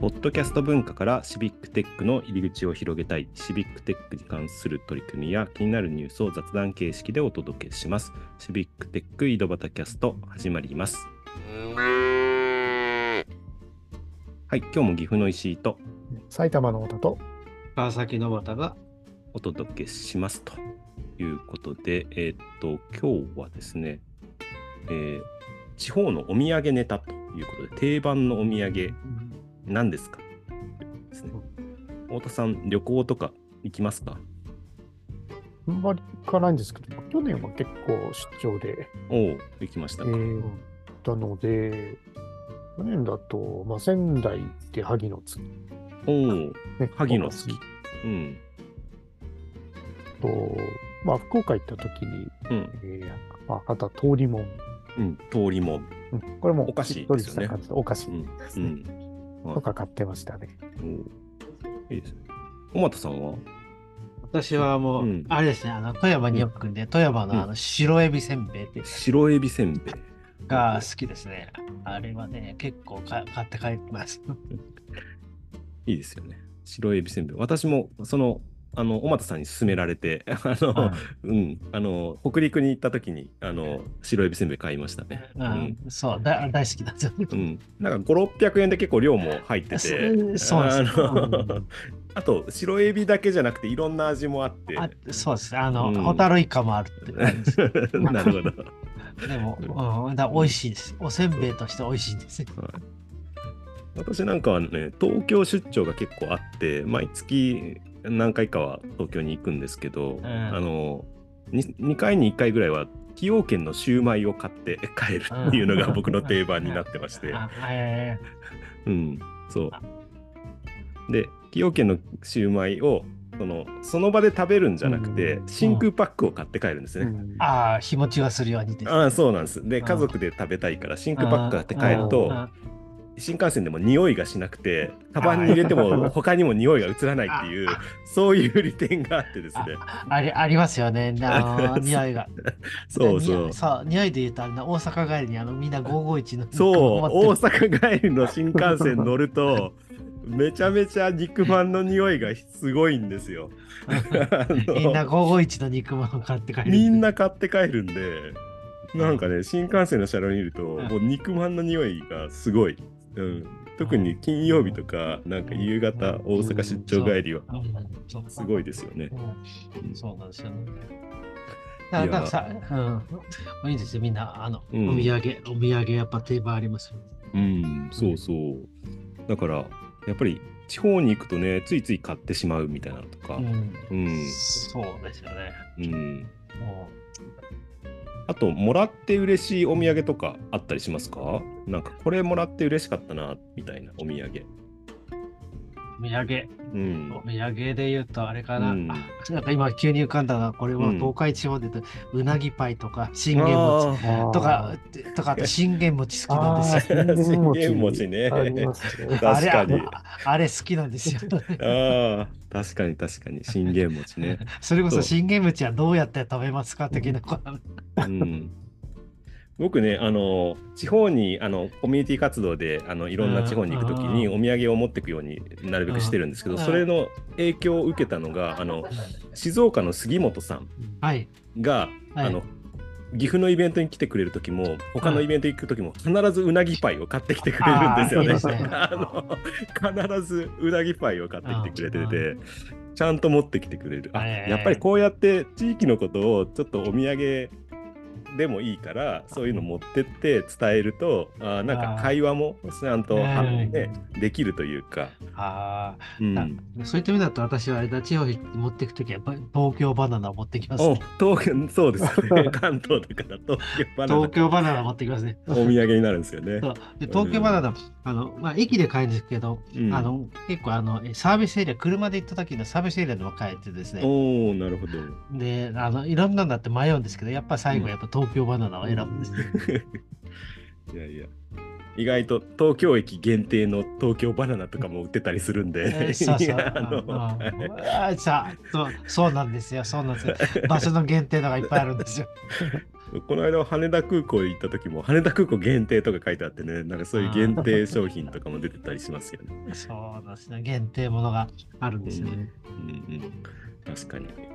ドキャスト文化からシビックテックの入り口を広げたい、シビックテックに関する取り組みや気になるニュースを雑談形式でお届けします。シビックテック井戸端キャスト始まります。はい、今日も岐阜の石井と埼玉の太田と川崎の端がお届けしますということで、えーっと、今日はですね、えー地方のお土産ネタということで、定番のお土産何ですかですね。太田さん、旅行とか行きますかあんまり行かないんですけど、去年は結構出張で、おお、行きましえたか。ー、行ったので、去年だと、まあ、仙台で萩の月、ね、おお、萩の月僕。うん。と、まあ、福岡行った時うに、ん。えーまあ、博多通りもん、うん。通りも。うんこれもお菓子しっとりでしすよねた感じのお菓子うん。ですうねん。とか買ってましたね。おーいいですね。小俣さんは私はもう、うんあれですねあの富山によく来るんで富山うんのあの白エビせんべいって白エビせんべい。が好きですね、あれはね結構か買って帰ってますいいですよね。白エビせんべい。私も、その、あの、小俣さんに勧められて、 あの、うん、あの、北陸に行った時に、あの、白エビせんべい買いましたね。 うん、そうだ大好きなんですよ、うん。うんなんか5、600円で結構量も入ってて、 そうそうですあねのあと、白エビだけじゃなくて、いろんな味もあって。あそうですねあの、うんホタルイカもあるっ て感じなるほど。ででも、うん、だ美味しいですおせんべいとして美味しいんですよ私なんかはね、東京出張が結構あって、毎月何回かは東京に行くんですけど、んあの2、に回に1回ぐらいは、崎陽軒のシューマイを買って 帰るっていうのがうん僕の定番になってまして、あえうん、そう。で、崎陽軒のシューマイを、そのその場で食べるんじゃなくて、うん真空パックを買って帰るんですうね。んー、あー日持ちがするようにですああ、そうなんです。で、うん家族で食べたいから、真空パック買って帰ると、あ新幹線でも匂いがしなくて、カバンに入れて も他にも匂いが移らないっていうあ、そういう利点があってですね。ーありありますよね あの匂いがそうにそう。そう、匂いで言うとあれだ、大阪帰りにあのみんな551のそう、持大って阪帰りの新幹線乗る と、めちゃめちゃ肉まんの匂いがすごいんです よ。るあのみんな551の肉まんを買って帰る。みんな買って帰るんで、なんかね、新幹線の車両にいると、うんもう肉まんの匂いがすごい。うん、特に金曜日とか、なんか夕方、大阪出張帰りは、うんそうすごいですよね。うんそうなんですよね。だからなんかさ、うん、いいですよ、みんな、あの、うんお土産、お土産やっぱ定番ありますよね。うん、そうそう。だから、やっぱり地方に行くとね、ついつい買ってしまうみたいなのとか、う、うんん、そうですよね。うん。もあと、もらって嬉しいお土産とかあったりしますかなんか、これもらって嬉しかったな、みたいなお土産。うお土産、うん。お土産で言うとあれかな、うんあなんか今急に浮かんだなこれはうん東海地方で言うと、うなぎパイとか信玄餅あーとか、とかあと信玄餅好きなんですよ。あー信信玄餅ねありま すあねーあれ確かにああれ好きなんですよ。 ああー、確かに確かに、信玄餅ね。それこそそう信玄餅はどうやって食べますか的なこうん。僕ね、あの、地方に、あの、コミュニティ活動で、あの、いろんな地方に行くときに、うお土産を持ってくようになるべくしてるんですけど、うんそれの影響を受けたのが、あの、静岡の杉本さんはい。が、はいあの岐阜のイベントに来てくれる時も他のイベント行く時も必ずうなぎパイを買ってきてくれるんですよね。あーいいあですねの必ずうなぎパイを買ってきてくれてうて。ちゃんと持ってきてくれるあええやっぱりこうやって地域のことをちょっとお土産でもいいからそういうの持ってって伝えるとあーなんか会話もちゃんと、はええね、できるというか、あうあ、ん、そういった意味だと私はあれだ地方に持ってくときはやっぱり東京バナナを持ってきます、おね。東京そうですね関東とかだと東京バナナ東京バナナ持ってきますね。お土産になるんですよね。そうで東京バナナ、あのまあ、駅で買えるんですけど、うんあの結構あのえサービスエリア車で行った時のサービスエリアでも買えてですね。おおなるほど。であのいろんなのだって迷うんですけどやっぱ最後やっぱ東京バナナを選ぶんです、いやいや。意外と東京駅限定の東京バナナとかも売ってたりするんで。えーそう いそうやあのあはいああさあそうそうなんですよそうなんですよ場所の限定のがいっぱいあるんですよこの間羽田空港行った時も羽田空港限定とか書いてあってねなんかそういう限定商品とかも出てたりしますよね。そうですね。限定ものがあるんですよね。うんうん、確かにいやいや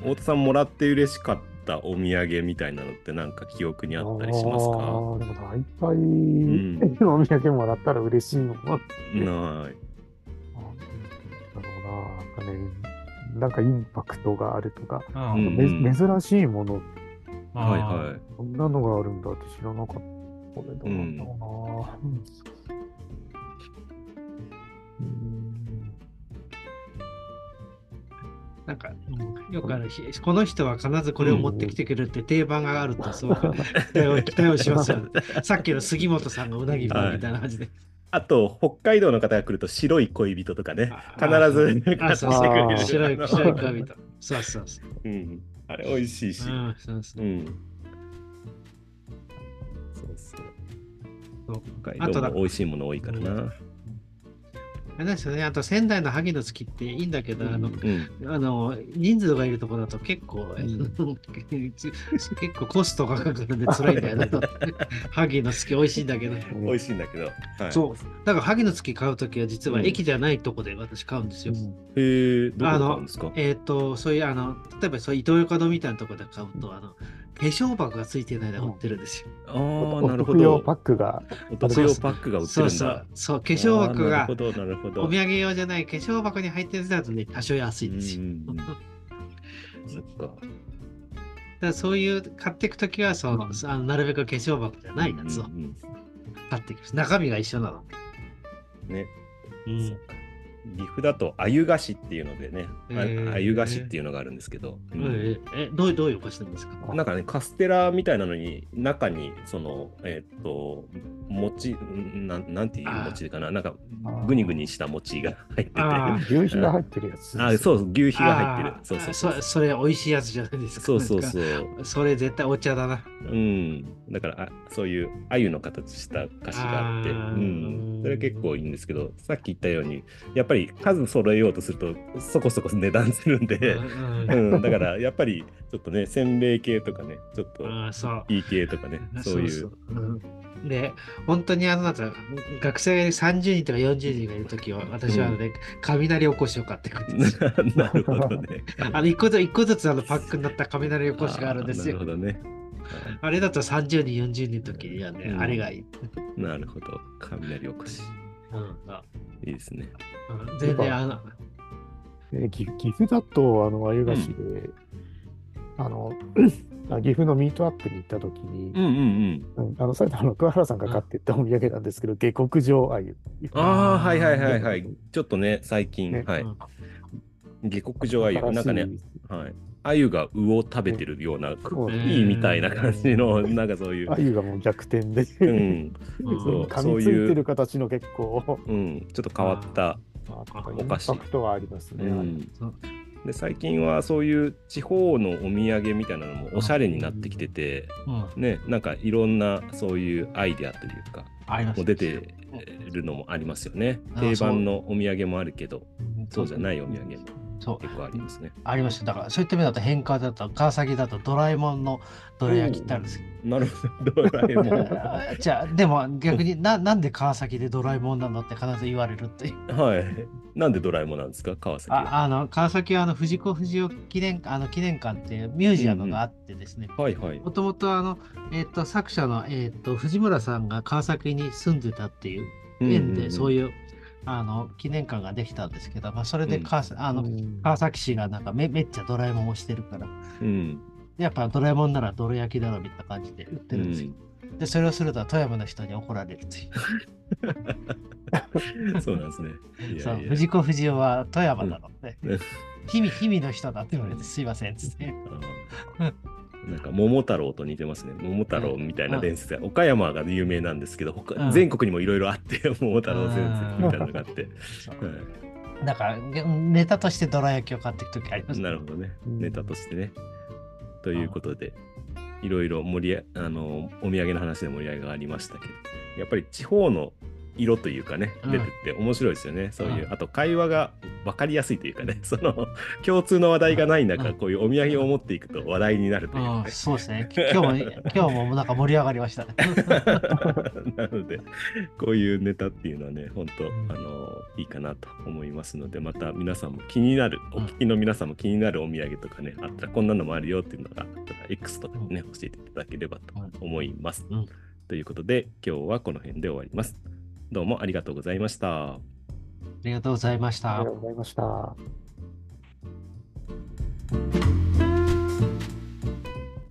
太田さんもらって嬉しかったお土産みたいなのってなんか記憶にあったりしますあかーでも大体、お土産もらったら嬉しいのは、ない。だろうな、なんかね、なんかインパクトがあるとか、ううんんめ珍しいもの、はいはそんなのがあるんだって知らなかった。これどうなんだろうな。うんなんか、うんよくある日、この人は必ずこれを持ってきてくれるって定番があると、すごく期待を期待をしますよね。さっきの杉本さんがうなぎパンみたいな感じで。あと北海道の方が来ると白い恋人とかねあ必ず買ってあそうそうくれあるー白い、あの白い恋人。そうそうそう。うん、あれ美味しいし。。うん、そうそううんそうそう。北あ海道とだも美味しいもの多いからな。あれですよね、あと仙台の萩の月っていいんだけど、あの、うん。あの人数がいるところだと結構、 結構コストがかかるんで辛いんだよね。萩の月美味しいんだけど。美味しいんだけど。はい、そう。だから、萩の月買うときは、実は駅じゃないとこで私買うんですよ。へえ、どこあのなんですかえっ、と、そういう、あの、例えば、そう、イトーヨーカドーみたいなとこで買うと、あの、化粧箱がついてないのが売ってるんですよ。あおあ、なるほ得用パッど。クが、お得用パックが売ってそるうんそだう。。そう、化粧箱あがーなるほ、ど、なるほど。お土産用じゃない、化粧箱に入ってるやつだとね、多少安いんですよ。うんうんうんだかそっか。らそういう、買っていくときは、その、あのなるべく化粧箱じゃないやつをうんうん買っていきます。中身が一緒なの。ね。うそっ。か岐阜だと、あゆ菓子っていうのでね、へーああゆ菓子っていうのがあるんですけど、うんええ、どういう、どういうお菓子なんですかなんかね、カステラみたいなのに、中に、その、えーっと、餅、んなんなんていう餅かな、なんか、ぐにぐにした餅が入ってて、ああ牛皮が入ってるやつ。そうそう、牛皮が入ってる。あーそうそうそうそ。それ美味しいやつじゃないですか。そうそうなんかそう。それ絶対お茶だな。うん、だからあそういう鮎の形した菓子があってあーうん、それは結構いいんですけどさっき言ったようにやっぱり数揃えようとするとそこそこ値段するんで、うんうん、だからやっぱりちょっとねせんべい系とかねちょっとうん、そう。いい系とかね そういうそううんで、本当にあのなんか学生が30人とか40人がいるときは、私はあのね、雷おこしを買ってくるんですよ。 なるほどね。あの一個ずつ一個ずつあのパックになった雷おこしがあるんですあよ ー。なるほどね。あれだと30人、40人の時にはね、うんあれがいい。なるほど。雷おこし。うんあいいですね。うん全然あの、えー岐岐阜だと、あの、あゆがしで、あの、 あ岐阜のミートアップに行った時に、うんうんうん。うんあの、それとあの、桑原さんが買ってったお土産なんですけど、下克上あゆ。ああ、はいはいはいはい。ちょっとね、最近、ねはい。うん下克上鮎。なんかね、新しいはい。鮎が魚を食べてるような、そうねいいみたいな感じの、 なんかそういう。あゆがもう逆転で、う ん、うんそう噛みついてる形の結構、うん、ちょっと変わった。イおン菓パ子クトはありますうね。んそう、で最近はそういう地方のお土産みたいなのもおしゃれになってきてて、うんね、なんかいろんなそういうアイデアというか、ありますもう出てるのもありますよね。あ定番のお土産もあるけど、そうじゃないお土産もそう結構ありますね。ありましただからそういった意味だと変化だと川崎だとドラえもんのどら焼きってあるんですよなるほど、ドラ えもん。は あじゃあでも逆にななんで川崎でドラえもんなのって必ず言われるっていうい。なんでドラえもんなんですか、川崎は。ああの川崎はあの藤子不二雄記念あの記念館っていうミュージアムがあってですねはいはい。もともとあの、えっと作者の、えっと藤村さんが川崎に住んでたっていう縁でそういいう、あの記念館ができたんですけど、まあ、それでうん川,、あのうん川崎市がなんかめめっちゃドラえもんをしてるからうん。うん。やっぱドラえもんならどら焼きだろみたいな感じで売ってるんですよ。で、それをすると富山の人に怒られるという。うんそうなんですね。いそやういや藤子不二雄は富山だろってうん。日々、日々の人だって言われて、すいませんっつって。あーなんか桃太郎と似てますね。桃太郎みたいな伝説が、岡山が有名なんですけど、他うん全国にもいろいろあって、桃太郎伝説みたいなのがあって。そうはだから、ネタとしてどら焼きを買っていくときありますい、ね。なるほどね。うんネタとしてね。ということで、いろいろ盛りああのお土産の話で盛り上がりましたけど、やっぱり地方の色というかねうん出てって面白いですよね、そういううあと会話が分かりやすいというかねその共通の話題がない中、うんこういうお土産を持っていくと話題になるというかあねあ、そうですね。今日も、 今日もなんか盛り上がりました ね。なので、こういうネタっていうのはね、本当、うんあの、いいかなと思いますので、また皆さんも気になる、お聞きの皆さんも気になるお土産とかね、あったらこんなのもあるよっていうのがあったら、X とかにね、教えていただければと思います。うんということで、今日はこの辺で終わります。どうもありがとうございました。ありがとうございましあたりが。とうございました。